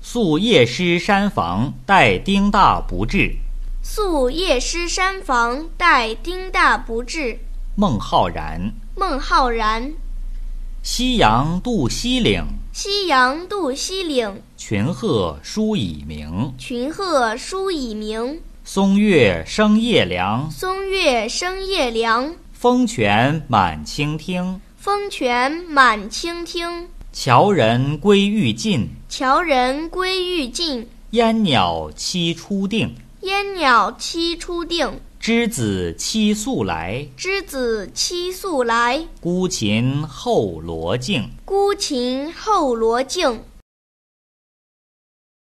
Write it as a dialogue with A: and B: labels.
A: 宿夜师山房待丁大不至，
B: 宿夜师山房待丁大不至。
A: 孟浩然。
B: 孟浩然。
A: 夕阳渡西岭，
B: 夕阳渡西岭，
A: 群鹤舒已鸣。
B: 群鹤舒已鸣。
A: 松月生夜凉，
B: 松月生夜凉，
A: 风泉满清听。
B: 风泉满清听。
A: 樵人归欲尽，
B: 樵人归欲尽，
A: 烟鸟栖初定。
B: 烟鸟栖初定。
A: 之子期宿来，
B: 之子期宿来，
A: 孤琴后罗镜。
B: 孤琴后罗镜。